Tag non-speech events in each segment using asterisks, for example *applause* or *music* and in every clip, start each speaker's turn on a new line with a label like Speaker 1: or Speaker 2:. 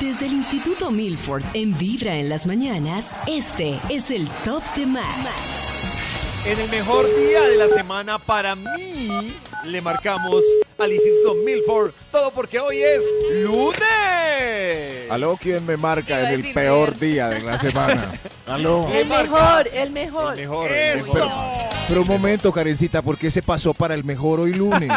Speaker 1: Desde el Instituto Milford en Vibra en las mañanas, este es el Top de Max.
Speaker 2: En el mejor día de la semana para mí le marcamos al Instituto Milford todo porque hoy es lunes.
Speaker 3: Aló, ¿quién me marca
Speaker 4: Iba a
Speaker 3: en el
Speaker 4: decir
Speaker 3: peor
Speaker 4: River.
Speaker 3: día de la semana?
Speaker 4: *laughs*
Speaker 3: Aló.
Speaker 2: Le
Speaker 4: El
Speaker 2: marca
Speaker 4: mejor, el mejor.
Speaker 2: el mejor, el mejor.
Speaker 3: Pero un momento, Karencita, ¿por qué se pasó para el mejor hoy
Speaker 4: *laughs*
Speaker 3: lunes?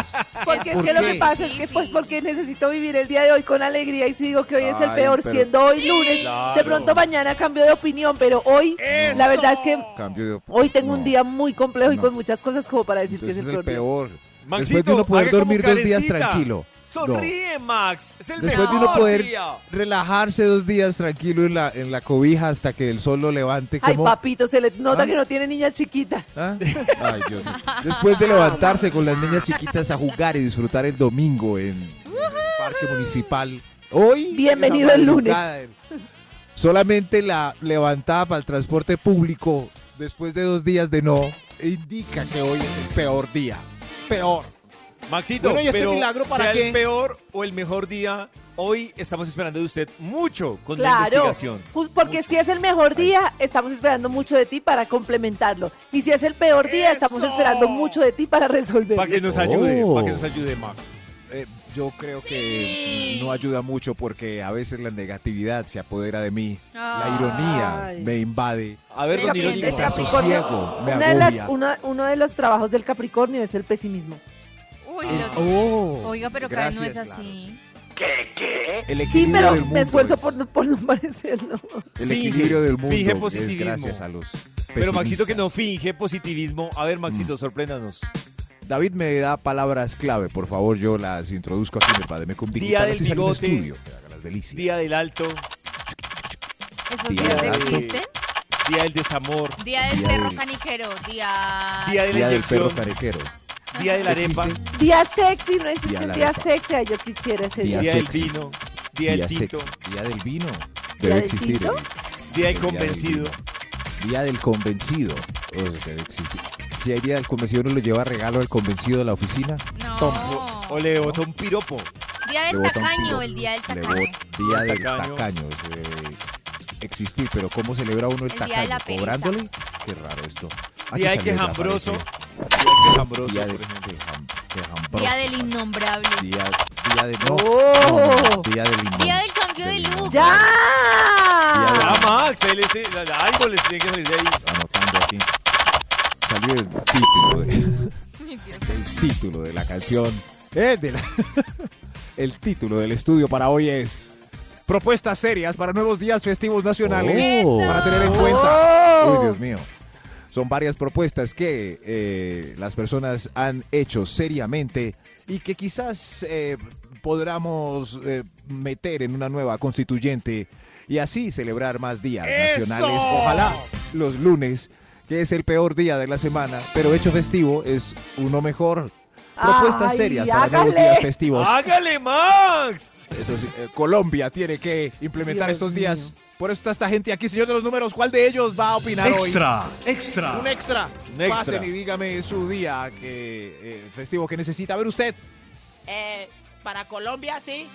Speaker 4: Porque es
Speaker 3: ¿Por
Speaker 4: que lo
Speaker 3: qué?
Speaker 4: que pasa es que pues porque necesito vivir el día de hoy con alegría y si digo que hoy es el
Speaker 3: Ay,
Speaker 4: peor,
Speaker 3: pero-
Speaker 4: siendo hoy lunes, de pronto mañana cambio de opinión, pero hoy la verdad es que
Speaker 3: Cambio de
Speaker 4: hoy tengo un
Speaker 3: No.
Speaker 4: día muy complejo y
Speaker 3: No.
Speaker 4: con muchas cosas como para decir
Speaker 3: Entonces es
Speaker 4: que es
Speaker 3: el
Speaker 4: el
Speaker 3: peor.
Speaker 4: peor.
Speaker 3: Después de
Speaker 2: Maxito,
Speaker 3: uno poder
Speaker 2: haga como
Speaker 3: dormir dos días
Speaker 2: Karencita.
Speaker 3: tranquilo. No.
Speaker 2: Sonríe, Max. Es el
Speaker 3: Después de
Speaker 2: mejor
Speaker 3: uno poder
Speaker 2: día.
Speaker 3: relajarse dos días tranquilo en la, en la cobija hasta que el sol lo levante.
Speaker 4: Ay,
Speaker 3: ¿cómo?
Speaker 4: papito, se le nota
Speaker 3: ¿Ah?
Speaker 4: que no tiene niñas chiquitas.
Speaker 3: ¿Ah? *laughs* Ay, Dios mío. Después de levantarse con las niñas chiquitas a jugar y disfrutar el domingo en, en el parque municipal. Hoy.
Speaker 4: Bienvenido
Speaker 3: esa
Speaker 4: el lunes.
Speaker 3: madrugada, el- Solamente la levantada para el transporte público después de dos días de no indica que hoy es el peor día. Peor.
Speaker 2: Maxito,
Speaker 3: Bueno, ¿y este
Speaker 2: pero
Speaker 3: milagro para
Speaker 2: sea el
Speaker 3: qué?
Speaker 2: peor o el mejor día, hoy estamos esperando de usted mucho con la
Speaker 4: Claro,
Speaker 2: investigación.
Speaker 4: ju- porque si es el mejor día, estamos esperando mucho de ti para complementarlo. Y si es el peor día, estamos esperando mucho de ti para resolverlo.
Speaker 2: Para que nos ayude,
Speaker 3: Oh.
Speaker 2: para que nos ayude, Max.
Speaker 3: Eh, yo creo que no ayuda mucho porque a veces la negatividad se apodera de mí. La ironía
Speaker 4: Ay.
Speaker 3: me invade.
Speaker 2: A ver,
Speaker 3: El
Speaker 2: don
Speaker 4: Capricornio,
Speaker 2: Irónico.
Speaker 4: Capricornio.
Speaker 3: Desasosiego, me
Speaker 4: Una de las-
Speaker 3: agobia.
Speaker 4: una- uno de los trabajos del Capricornio es el pesimismo.
Speaker 5: Uy,
Speaker 3: El-
Speaker 5: lo-
Speaker 3: oh,
Speaker 5: oiga, pero Karen no es
Speaker 3: gracias,
Speaker 5: así.
Speaker 3: El
Speaker 4: Eh, Sí,
Speaker 3: equilibrio
Speaker 4: pero
Speaker 3: del mundo
Speaker 4: me esfuerzo
Speaker 3: es-
Speaker 4: por, no- por no *laughs* parecerlo.
Speaker 3: El
Speaker 2: Finge,
Speaker 3: equilibrio del mundo
Speaker 2: finge
Speaker 3: es
Speaker 2: positivismo.
Speaker 3: gracias a los
Speaker 2: Pero Maxito que no
Speaker 3: pesimistas.
Speaker 2: finge positivismo. A ver,
Speaker 3: Mm.
Speaker 2: Maxito, sorpréndanos.
Speaker 3: David me da palabras clave, por favor, yo las introduzco aquí en el Pademe con
Speaker 2: Día
Speaker 3: Dignidad,
Speaker 2: del
Speaker 3: así salen de
Speaker 2: bigote.
Speaker 3: este estudio. Que haga las delicias.
Speaker 2: Día del alto,
Speaker 5: ¿Esos
Speaker 3: Día
Speaker 5: días
Speaker 3: del-
Speaker 5: existen?
Speaker 2: día del desamor,
Speaker 5: Día del
Speaker 3: Día
Speaker 5: perro
Speaker 3: del-
Speaker 5: caniquero, día...
Speaker 2: día de la
Speaker 3: Día del perro
Speaker 2: inyección,
Speaker 3: carequero.
Speaker 2: día de la arepa,
Speaker 3: ¿Existe?
Speaker 4: Día sexy, no existe
Speaker 3: Día de
Speaker 4: día,
Speaker 3: la arepa.
Speaker 4: sexy. Ay, yo quisiera ese
Speaker 3: Día
Speaker 4: día.
Speaker 2: día del
Speaker 3: sexy.
Speaker 2: vino, día del
Speaker 3: sexy.
Speaker 2: tinto,
Speaker 3: Día del vino.
Speaker 4: del
Speaker 3: Debe existir.
Speaker 4: tinto?
Speaker 3: David.
Speaker 2: día del
Speaker 3: El día del
Speaker 2: convencido.
Speaker 3: vino. Día del convencido. Oh, debe existir. Si hay día del convencido, uno le lleva regalo al convencido de la oficina.
Speaker 5: No.
Speaker 2: O le botó un piropo.
Speaker 5: Día
Speaker 3: Le
Speaker 5: del
Speaker 3: bota un
Speaker 5: tacaño,
Speaker 3: tiro.
Speaker 5: el día
Speaker 3: Le
Speaker 5: del tacaño.
Speaker 3: bot- día
Speaker 2: El
Speaker 3: del
Speaker 2: tacaño.
Speaker 3: tacaño. eso debe existir, pero ¿cómo celebra uno el,
Speaker 5: El día de
Speaker 3: tacaño?
Speaker 5: la pereza.
Speaker 3: ¿Cobrándole? Qué raro esto. Ah, Aquí
Speaker 2: Día del
Speaker 3: también
Speaker 2: quejambroso.
Speaker 3: aparece.
Speaker 2: Día del quejambroso,
Speaker 3: Día de
Speaker 2: por ejemplo.
Speaker 3: quejam- quejambroso.
Speaker 5: Día del innombrable.
Speaker 3: Día, día de no,
Speaker 4: Oh.
Speaker 3: no, no, Día del inmóvil.
Speaker 5: Día del cambio de
Speaker 3: Del
Speaker 5: look.
Speaker 3: inmóvil.
Speaker 4: ¡Ya!
Speaker 3: del-
Speaker 2: Ah, Max, él es- algo les tiene que salir de ahí.
Speaker 3: Anotando aquí. Salió el
Speaker 5: *laughs*
Speaker 3: título de-
Speaker 5: Ay, Dios.
Speaker 3: el título de la canción. eh, de la- *laughs* el título del estudio para hoy es Propuestas serias para nuevos días festivos nacionales
Speaker 5: Oh.
Speaker 3: para tener en
Speaker 5: Eso.
Speaker 3: cuenta.
Speaker 4: Oh.
Speaker 3: Uy, Dios mío. Son varias propuestas que eh, las personas han hecho seriamente y que quizás eh, podamos eh, meter en una nueva constituyente y así celebrar más días nacionales. Ojalá los lunes, que es el peor día de la semana, pero hecho festivo es uno mejor. Propuestas
Speaker 4: Ay,
Speaker 3: serias para nuevos
Speaker 4: hágale.
Speaker 3: días festivos.
Speaker 2: ¡Hágale, Max!
Speaker 3: Eso sí, eh, Colombia tiene que implementar
Speaker 4: Dios
Speaker 3: estos días. Por eso está esta gente aquí, señor de los números. ¿Cuál de ellos va a opinar
Speaker 6: Extra,
Speaker 3: hoy?
Speaker 6: extra.
Speaker 3: Un extra.
Speaker 2: Un extra.
Speaker 3: Pasen y dígame su día que, eh, festivo que necesita. A ver usted.
Speaker 7: eh, para Colombia, sí,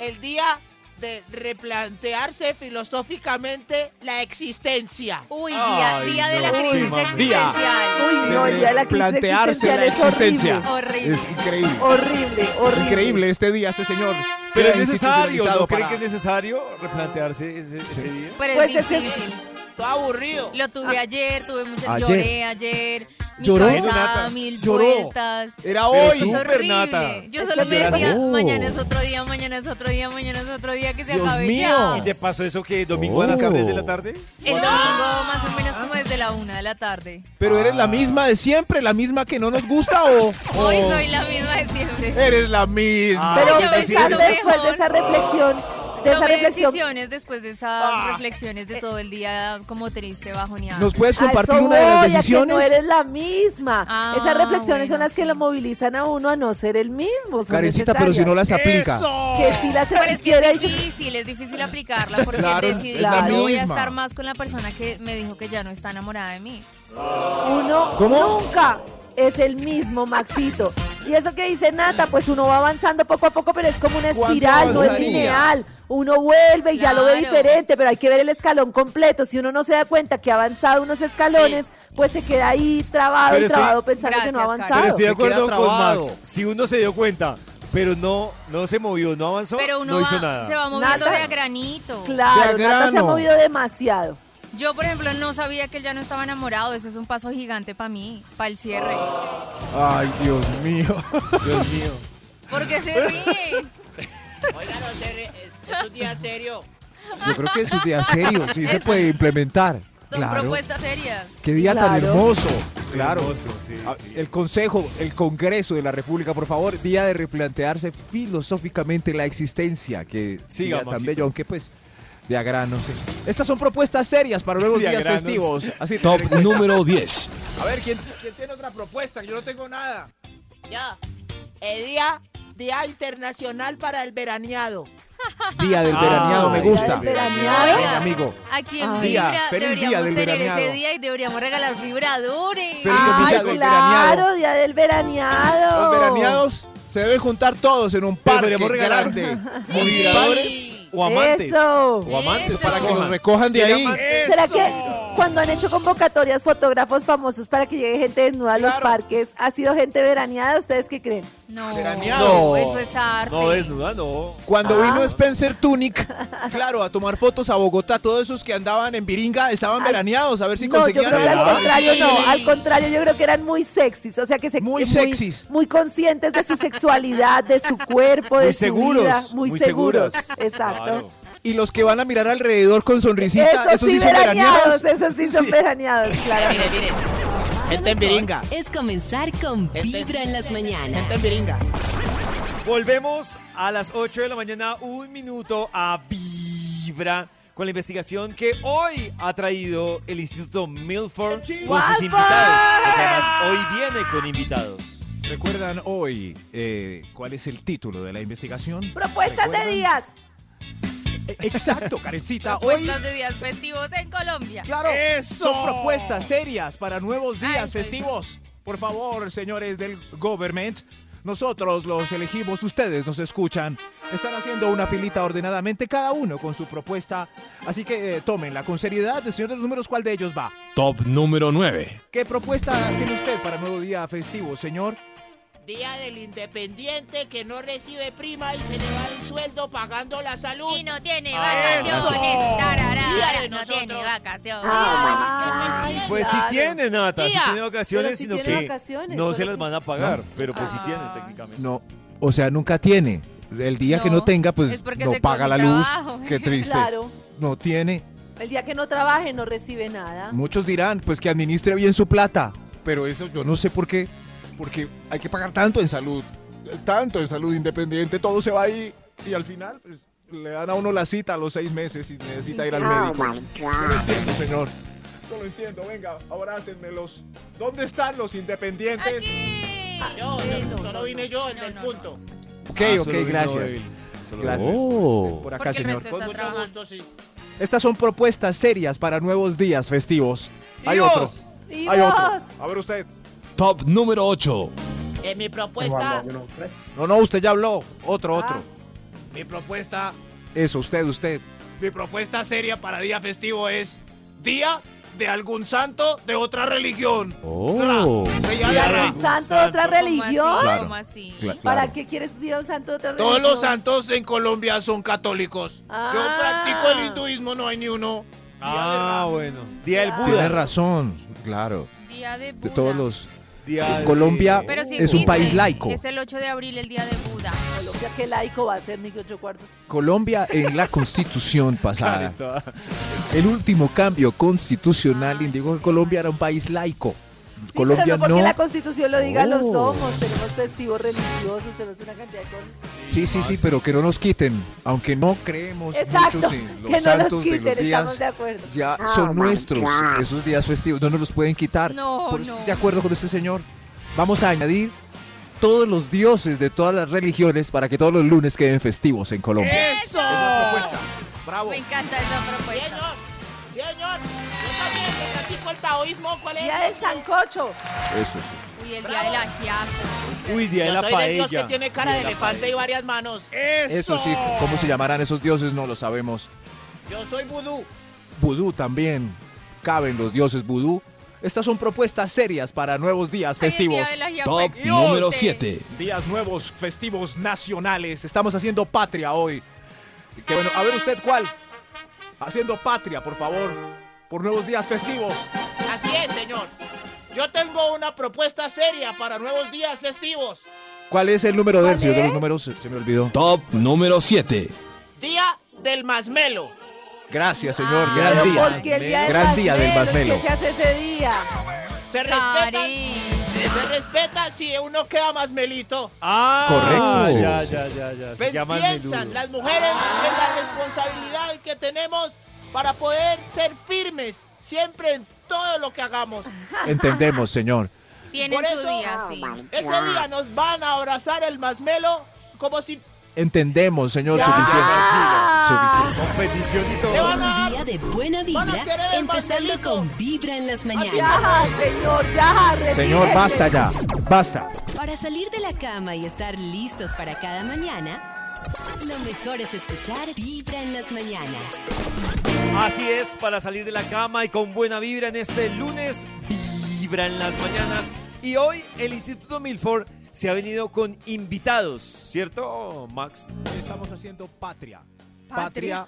Speaker 7: el día de replantearse filosóficamente la existencia.
Speaker 5: Uy, día,
Speaker 2: Ay,
Speaker 5: día de la
Speaker 2: no,
Speaker 5: crisis
Speaker 2: mamá. Día.
Speaker 5: existencial.
Speaker 4: Uy, no, el día de la crisis
Speaker 3: Plantearse
Speaker 4: existencial
Speaker 3: la
Speaker 4: es
Speaker 3: existencia.
Speaker 4: horrible.
Speaker 5: Horrible.
Speaker 3: Es increíble.
Speaker 4: Horrible, horrible.
Speaker 3: Increíble este día, este señor.
Speaker 2: Pero es necesario,
Speaker 3: Queda institucionalizado
Speaker 2: ¿no creen
Speaker 3: para-
Speaker 2: que es necesario replantearse ese, ese día?
Speaker 5: Pero
Speaker 4: Pues
Speaker 5: es
Speaker 4: es que-
Speaker 5: difícil.
Speaker 7: Todo aburrido.
Speaker 5: Lo tuve ayer, tuve muchas...
Speaker 3: Ayer.
Speaker 5: Lloré ayer. Mi
Speaker 3: Lloró.
Speaker 5: cabeza, mil
Speaker 3: Lloró.
Speaker 5: vueltas.
Speaker 2: Pero
Speaker 3: Era hoy.
Speaker 5: Es
Speaker 2: Súper
Speaker 5: horrible.
Speaker 2: nata.
Speaker 5: Yo
Speaker 4: Es
Speaker 5: solo
Speaker 4: que
Speaker 5: me
Speaker 4: lloraste.
Speaker 5: decía,
Speaker 3: Oh.
Speaker 5: mañana es otro día, mañana es otro día, mañana es otro día, que se
Speaker 3: Dios
Speaker 5: acabe
Speaker 3: mío.
Speaker 5: ya.
Speaker 2: ¿Y te pasó eso que domingo a las
Speaker 3: Oh.
Speaker 2: 3 de la tarde?
Speaker 5: El domingo más o menos como desde la una de la tarde.
Speaker 3: Pero eres la misma de siempre, la misma que no nos gusta o.
Speaker 5: Hoy
Speaker 3: o-
Speaker 5: soy la misma de siempre.
Speaker 3: Eh. Eres la misma.
Speaker 4: Pero
Speaker 5: Yo
Speaker 4: a
Speaker 5: me
Speaker 4: pesar
Speaker 5: siento
Speaker 4: después de
Speaker 5: mejor.
Speaker 4: esa reflexión, de esa
Speaker 5: Tomé
Speaker 4: reflexión.
Speaker 5: decisiones después de esas reflexiones de todo el día como triste, bajoneada.
Speaker 3: ¿Nos puedes
Speaker 4: A
Speaker 3: compartir
Speaker 4: eso
Speaker 3: una de las
Speaker 4: voy, a que
Speaker 3: decisiones?
Speaker 4: no eres la misma.
Speaker 5: Ah,
Speaker 4: Esas reflexiones son
Speaker 5: bueno,
Speaker 4: las que lo movilizan a uno a no ser el mismo. son
Speaker 3: Karencita, pero si no
Speaker 4: necesarias.
Speaker 3: las aplica.
Speaker 7: ¡Eso!
Speaker 4: Que si las
Speaker 5: Pero es que
Speaker 4: hubiera
Speaker 5: es
Speaker 4: hecho-
Speaker 5: difícil, es difícil aplicarla porque
Speaker 3: Claro, es
Speaker 5: decidí
Speaker 4: la
Speaker 5: que no voy a
Speaker 3: misma.
Speaker 5: estar más con la persona que me dijo que ya no está enamorada de mí.
Speaker 4: Uno
Speaker 3: ¿Cómo?
Speaker 4: nunca es el mismo, Maxito. Y eso que dice Nata, pues uno va avanzando poco a poco, pero es como una
Speaker 3: ¿Cuánto
Speaker 4: espiral, no es
Speaker 3: avanzaría?
Speaker 4: lineal. Uno vuelve y ya lo ve
Speaker 5: Claro.
Speaker 4: diferente, pero hay que ver el escalón completo. Si uno no se da cuenta que ha avanzado unos escalones, pues se queda ahí trabado
Speaker 2: Pero
Speaker 4: y
Speaker 2: estoy-
Speaker 4: trabado pensando que no ha
Speaker 5: Gracias, Karen.
Speaker 4: avanzado.
Speaker 2: Pero estoy de
Speaker 6: Se queda
Speaker 2: acuerdo con
Speaker 6: trabado.
Speaker 2: Max. Si uno se dio cuenta, pero no, no se movió, no avanzó,
Speaker 5: Pero uno
Speaker 2: no
Speaker 5: va-
Speaker 2: hizo nada.
Speaker 5: se va moviendo
Speaker 4: Nada.
Speaker 5: de a granito.
Speaker 4: Claro,
Speaker 3: De a
Speaker 4: Nata se ha
Speaker 3: grano.
Speaker 4: movido demasiado.
Speaker 5: Yo, por ejemplo, no sabía que él ya no estaba enamorado. Ese es un paso gigante para mí, para el cierre.
Speaker 3: Ay, Dios mío. Dios mío.
Speaker 5: Porque se ríe.
Speaker 7: Oiga, no se ríe, es un día serio.
Speaker 3: Yo creo que es un día serio, sí se puede implementar.
Speaker 5: Son
Speaker 3: claro.
Speaker 5: propuestas serias.
Speaker 3: Qué día tan
Speaker 4: Claro.
Speaker 3: hermoso. Claro.
Speaker 2: Hermoso, sí,
Speaker 3: Ah,
Speaker 2: sí.
Speaker 3: El Consejo, el Congreso de la República, por favor, día de replantearse filosóficamente la existencia, que
Speaker 2: Siga,
Speaker 3: día tan
Speaker 2: Maxito.
Speaker 3: bello, aunque pues de agrado, no sé. Estas son propuestas serias para nuevos
Speaker 2: *laughs* De
Speaker 3: días
Speaker 2: agranos.
Speaker 3: festivos. Así
Speaker 6: Top número 10.
Speaker 7: A ver, ¿quién, ¿quién tiene otra propuesta? Yo no tengo nada. Ya. El día, día internacional para el veraneado.
Speaker 3: día del
Speaker 2: Ah,
Speaker 3: veraneado me
Speaker 2: día
Speaker 3: gusta.
Speaker 4: del veraneado.
Speaker 3: Venga, amigo.
Speaker 5: Aquí en
Speaker 4: Ah.
Speaker 5: Vibra
Speaker 3: Día, feliz día
Speaker 5: deberíamos
Speaker 3: del
Speaker 5: tener
Speaker 3: veraneado.
Speaker 5: ese día y deberíamos regalar vibradores. Ah,
Speaker 3: Feliz día
Speaker 4: Ay,
Speaker 3: del
Speaker 4: claro,
Speaker 3: veraneado.
Speaker 4: día del veraneado.
Speaker 3: Los veraneados se deben juntar todos en un parque
Speaker 2: podríamos regalar *laughs*
Speaker 3: grande.
Speaker 2: Movilizadores o amantes.
Speaker 4: Eso.
Speaker 2: O amantes
Speaker 5: Eso.
Speaker 2: para
Speaker 3: Para que los
Speaker 2: cojan.
Speaker 3: recojan de
Speaker 2: Tiene
Speaker 3: ahí.
Speaker 2: amantes.
Speaker 4: ¿Será que cuando han hecho convocatorias fotógrafos famosos para que llegue gente desnuda a los
Speaker 3: Claro.
Speaker 4: parques, ha sido gente veraneada? ¿Ustedes qué creen?
Speaker 5: No,
Speaker 3: Veraneado.
Speaker 5: eso es arte.
Speaker 2: No, desnuda, no.
Speaker 3: Cuando
Speaker 4: Ah.
Speaker 3: vino Spencer Tunic, claro, a tomar fotos a Bogotá, todos esos que andaban en Biringa estaban
Speaker 4: Ay,
Speaker 3: veraneados, a ver si
Speaker 4: no, yo
Speaker 3: conseguían.
Speaker 4: creo que al
Speaker 2: regalar.
Speaker 4: contrario no, al contrario yo creo que eran muy sexys, o sea que se
Speaker 3: Muy
Speaker 4: que
Speaker 3: sexys.
Speaker 4: muy conscientes de su sexualidad, de su cuerpo, de
Speaker 2: Muy
Speaker 4: su
Speaker 2: seguros,
Speaker 4: vida, muy,
Speaker 2: muy
Speaker 4: seguros,
Speaker 2: seguras.
Speaker 4: exacto.
Speaker 2: Claro.
Speaker 3: Y los que van a mirar alrededor con sonrisita,
Speaker 4: Esos, sí
Speaker 3: son
Speaker 4: veraneados,
Speaker 3: veraneados.
Speaker 4: esos sí son veraneados, claro.
Speaker 7: Mire, mire. Gente en viringa.
Speaker 1: Es comenzar con
Speaker 7: Este
Speaker 1: Vibra en las mañanas.
Speaker 7: Gente en viringa.
Speaker 2: Volvemos a las 8 de la mañana, un minuto a Vibra con la investigación que hoy ha traído el Instituto Milford con sus
Speaker 4: ¡Guapa!
Speaker 2: invitados. Porque además hoy viene con invitados.
Speaker 3: ¿Recuerdan hoy eh, cuál es el título de la investigación?
Speaker 4: Propuestas de
Speaker 3: ¿Recuerdan?
Speaker 4: días.
Speaker 3: Eh, Exacto, Karencita.
Speaker 8: Pues
Speaker 3: hoy,
Speaker 5: Propuestas de días festivos en Colombia.
Speaker 3: claro,
Speaker 7: ¡Eso!
Speaker 3: son propuestas serias para nuevos días
Speaker 5: soy-
Speaker 3: festivos. Por favor, señores del government, nosotros los elegimos, ustedes nos escuchan. Están haciendo una filita ordenadamente, cada uno con su propuesta. Así que eh, tómenla con seriedad. Señor de los números, ¿cuál de ellos va?
Speaker 6: Top número 9.
Speaker 3: ¿Qué propuesta tiene usted para nuevo día festivo, señor?
Speaker 7: Día del independiente que no recibe prima y se le va el sueldo pagando la salud.
Speaker 5: Y no tiene
Speaker 2: Ah,
Speaker 5: vacaciones.
Speaker 7: eso.
Speaker 5: tararara,
Speaker 7: Día de
Speaker 5: no
Speaker 7: nosotros.
Speaker 5: tiene
Speaker 4: Ah,
Speaker 5: vacaciones.
Speaker 3: Ah,
Speaker 4: Ay,
Speaker 2: Pues
Speaker 4: claro.
Speaker 2: sí tiene, Nata, sí
Speaker 7: Tía,
Speaker 2: tiene vacaciones,
Speaker 4: pero sí
Speaker 2: sino
Speaker 4: tiene
Speaker 2: que
Speaker 4: vacaciones,
Speaker 2: no
Speaker 4: solo
Speaker 2: se las
Speaker 4: que-
Speaker 2: van a pagar. Pero pues sí tiene
Speaker 5: Ah.
Speaker 2: técnicamente.
Speaker 3: No, o sea, nunca tiene. El día
Speaker 5: que No, no tenga, pues, es porque no se paga quedó la sin luz. trabajo. *laughs* Qué
Speaker 3: triste.
Speaker 4: Claro.
Speaker 3: No tiene.
Speaker 4: El día que no trabaje no recibe nada.
Speaker 3: Muchos dirán, pues que administre bien su plata, pero eso yo no sé por qué, porque hay que pagar tanto en salud, eh, tanto en salud independiente, todo se va ahí y al final pues, le dan a uno la cita a los seis meses y necesita ir al médico. No lo entiendo, señor. No lo entiendo, venga, abrácenmelos. ¿Dónde están los independientes?
Speaker 5: Aquí.
Speaker 7: Yo,
Speaker 4: Eh, no,
Speaker 7: solo
Speaker 4: no,
Speaker 7: vine yo en
Speaker 5: No,
Speaker 7: el
Speaker 5: no,
Speaker 7: punto.
Speaker 3: Ok,
Speaker 2: Ah,
Speaker 3: ok,
Speaker 2: solo vino
Speaker 3: gracias.
Speaker 2: Evelyn. Solo
Speaker 3: Gracias.
Speaker 2: vino.
Speaker 6: Oh.
Speaker 3: Por
Speaker 5: Porque
Speaker 3: acá,
Speaker 5: el
Speaker 3: señor. Pues,
Speaker 5: resto
Speaker 7: Con
Speaker 5: está
Speaker 7: mucho
Speaker 5: trabajando.
Speaker 7: gusto, sí.
Speaker 3: Estas son propuestas serias para nuevos días festivos. Hay
Speaker 2: Dios.
Speaker 3: otro,
Speaker 4: Y
Speaker 3: hay
Speaker 4: vos,
Speaker 3: otro. A ver usted.
Speaker 6: Top número 8.
Speaker 7: Eh, mi propuesta,
Speaker 3: No, no, usted ya habló. Otro,
Speaker 4: Ah.
Speaker 3: otro.
Speaker 7: mi propuesta,
Speaker 3: Eso, usted, usted.
Speaker 7: mi propuesta seria para día festivo es día de algún santo de otra religión.
Speaker 6: Oh.
Speaker 4: ¿Para
Speaker 2: Claro.
Speaker 4: un santo de otra
Speaker 2: ¿Cómo
Speaker 4: religión?
Speaker 5: ¿Cómo así?
Speaker 3: Claro,
Speaker 5: ¿Cómo así?
Speaker 4: ¿Para qué quieres Dios santo de otra religión?
Speaker 7: Todos los santos en Colombia son católicos.
Speaker 4: Ah.
Speaker 7: Yo practico el hinduismo, no hay ni uno.
Speaker 2: Ah, bueno. Día del
Speaker 4: Claro.
Speaker 3: Tiene
Speaker 2: Buda.
Speaker 3: razón, claro.
Speaker 5: Día de Buda.
Speaker 3: De todos los.
Speaker 2: Día de-
Speaker 3: Colombia
Speaker 5: Pero sí
Speaker 3: Es un
Speaker 5: existe.
Speaker 3: país laico.
Speaker 5: Es el 8 de abril, el día de Buda.
Speaker 4: Colombia, ¿qué laico va a ser, Nico Ocho Cuartos?
Speaker 3: Colombia en la *laughs* constitución
Speaker 2: Ah,
Speaker 3: pasada.
Speaker 2: Careta.
Speaker 3: El último cambio constitucional indicó que Colombia era un país laico.
Speaker 4: Ah. Sí,
Speaker 3: Colombia
Speaker 4: pero no porque
Speaker 3: no.
Speaker 4: la constitución lo diga, lo
Speaker 3: Oh.
Speaker 4: somos. Tenemos testigos religiosos, tenemos una cantidad de cosas.
Speaker 3: Sí, sí, Ah, sí, pero que no nos quiten, aunque no creemos
Speaker 4: Exacto,
Speaker 3: muchos en los
Speaker 4: que no
Speaker 3: santos
Speaker 4: nos quiten,
Speaker 3: de los
Speaker 4: estamos
Speaker 3: días.
Speaker 4: de acuerdo.
Speaker 3: Ya son nuestros esos días festivos, no nos los pueden quitar.
Speaker 5: No,
Speaker 3: Por eso estoy
Speaker 5: no.
Speaker 3: De acuerdo con este señor, vamos a añadir todos los dioses de todas las religiones para que todos los lunes queden festivos en Colombia.
Speaker 7: ¡Eso!
Speaker 3: Bravo.
Speaker 5: Me encanta esa propuesta.
Speaker 7: Señor, señor, yo también le practico el taoísmo. ¿Cuál es?
Speaker 4: Día del sancocho.
Speaker 5: Eh,
Speaker 3: Eso sí.
Speaker 5: Uy, el día del ajiaco.
Speaker 2: Uy, día de
Speaker 7: Yo
Speaker 2: la
Speaker 7: soy del
Speaker 2: paella.
Speaker 7: dios que tiene cara de elefante y varias manos.
Speaker 3: Eso sí, ¿cómo se llamarán esos dioses? No lo sabemos.
Speaker 7: Yo soy vudú.
Speaker 3: Vudú también. Caben los dioses vudú. Estas son propuestas serias para nuevos días
Speaker 5: Ay, el día
Speaker 3: festivos.
Speaker 5: del ajiaco
Speaker 6: Top
Speaker 5: existe.
Speaker 6: número 7.
Speaker 3: Días nuevos, festivos nacionales. Estamos haciendo patria hoy. Que bueno, a ver usted cuál. Haciendo patria, por favor. Por nuevos días festivos.
Speaker 7: Así es, señor. Yo tengo una propuesta seria para nuevos días festivos.
Speaker 3: ¿Cuál es el número
Speaker 4: ¿Cuál
Speaker 3: del señor de los
Speaker 4: es?
Speaker 3: números? Se se me olvidó.
Speaker 6: Top número 7.
Speaker 7: Día del masmelo.
Speaker 3: Gracias, señor.
Speaker 5: Ah,
Speaker 3: gran
Speaker 5: pero
Speaker 3: día.
Speaker 4: Porque el día del
Speaker 3: Gran día del
Speaker 4: masmelo,
Speaker 3: masmelo.
Speaker 4: ¿y ¿Qué se hace ese día?
Speaker 7: Se respeta,
Speaker 5: Karen.
Speaker 7: se respeta si uno queda masmelito.
Speaker 2: Ah,
Speaker 3: Correcto.
Speaker 2: Ya, ya, ya, ya. Se
Speaker 7: Ven,
Speaker 2: llama el
Speaker 7: piensan
Speaker 2: menudo.
Speaker 7: las mujeres en la responsabilidad que tenemos para poder ser firmes siempre en todo lo que hagamos.
Speaker 3: *laughs* Entendemos, señor.
Speaker 5: Tiene
Speaker 7: Por
Speaker 5: su
Speaker 7: eso-
Speaker 5: día, sí.
Speaker 7: Ese día nos van a abrazar el masmelo como si
Speaker 3: Entendemos, señor.
Speaker 7: Ya.
Speaker 3: Suficiente. Suficiente.
Speaker 2: Competición y
Speaker 7: te
Speaker 2: todo.
Speaker 7: van a
Speaker 1: Un
Speaker 7: dar.
Speaker 1: día de buena vibra,
Speaker 7: querer el
Speaker 1: empezando
Speaker 7: pastelito.
Speaker 1: con Vibra en las mañanas.
Speaker 4: Ya, señor, ya.
Speaker 3: Señor,
Speaker 4: retírese.
Speaker 3: basta ya. Basta.
Speaker 1: Para salir de la cama y estar listos para cada mañana, lo mejor es escuchar Vibra en las mañanas.
Speaker 2: Así es, para salir de la cama y con buena vibra en este lunes, vibra en las mañanas. Y hoy el Instituto Milford se ha venido con invitados, ¿cierto, Max?
Speaker 3: Estamos haciendo patria.
Speaker 5: Patria.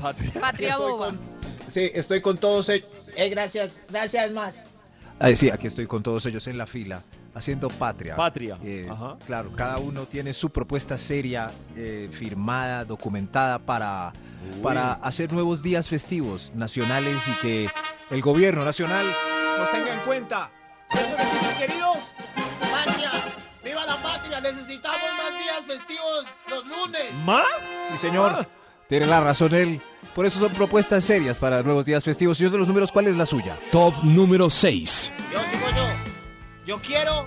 Speaker 2: Patria.
Speaker 5: Patria boba.
Speaker 3: Sí, estoy con todos ellos.
Speaker 7: Eh, gracias, gracias más.
Speaker 3: Ah, sí, aquí estoy con todos ellos en la fila, haciendo patria.
Speaker 2: Patria,
Speaker 3: Eh,
Speaker 2: ajá.
Speaker 3: Claro, cada uno tiene su propuesta seria, eh, firmada, documentada para, para hacer nuevos días festivos nacionales y que el gobierno nacional nos tenga en cuenta.
Speaker 7: Señores mis queridos, patria, viva la patria, necesitamos más días festivos los lunes.
Speaker 2: ¿Más?
Speaker 3: Sí, señor.
Speaker 2: Ah.
Speaker 3: Tiene la razón él. Por eso son propuestas serias para nuevos días festivos. Señor de los números, ¿cuál es la suya?
Speaker 6: Top número 6.
Speaker 7: Yo digo yo, yo quiero,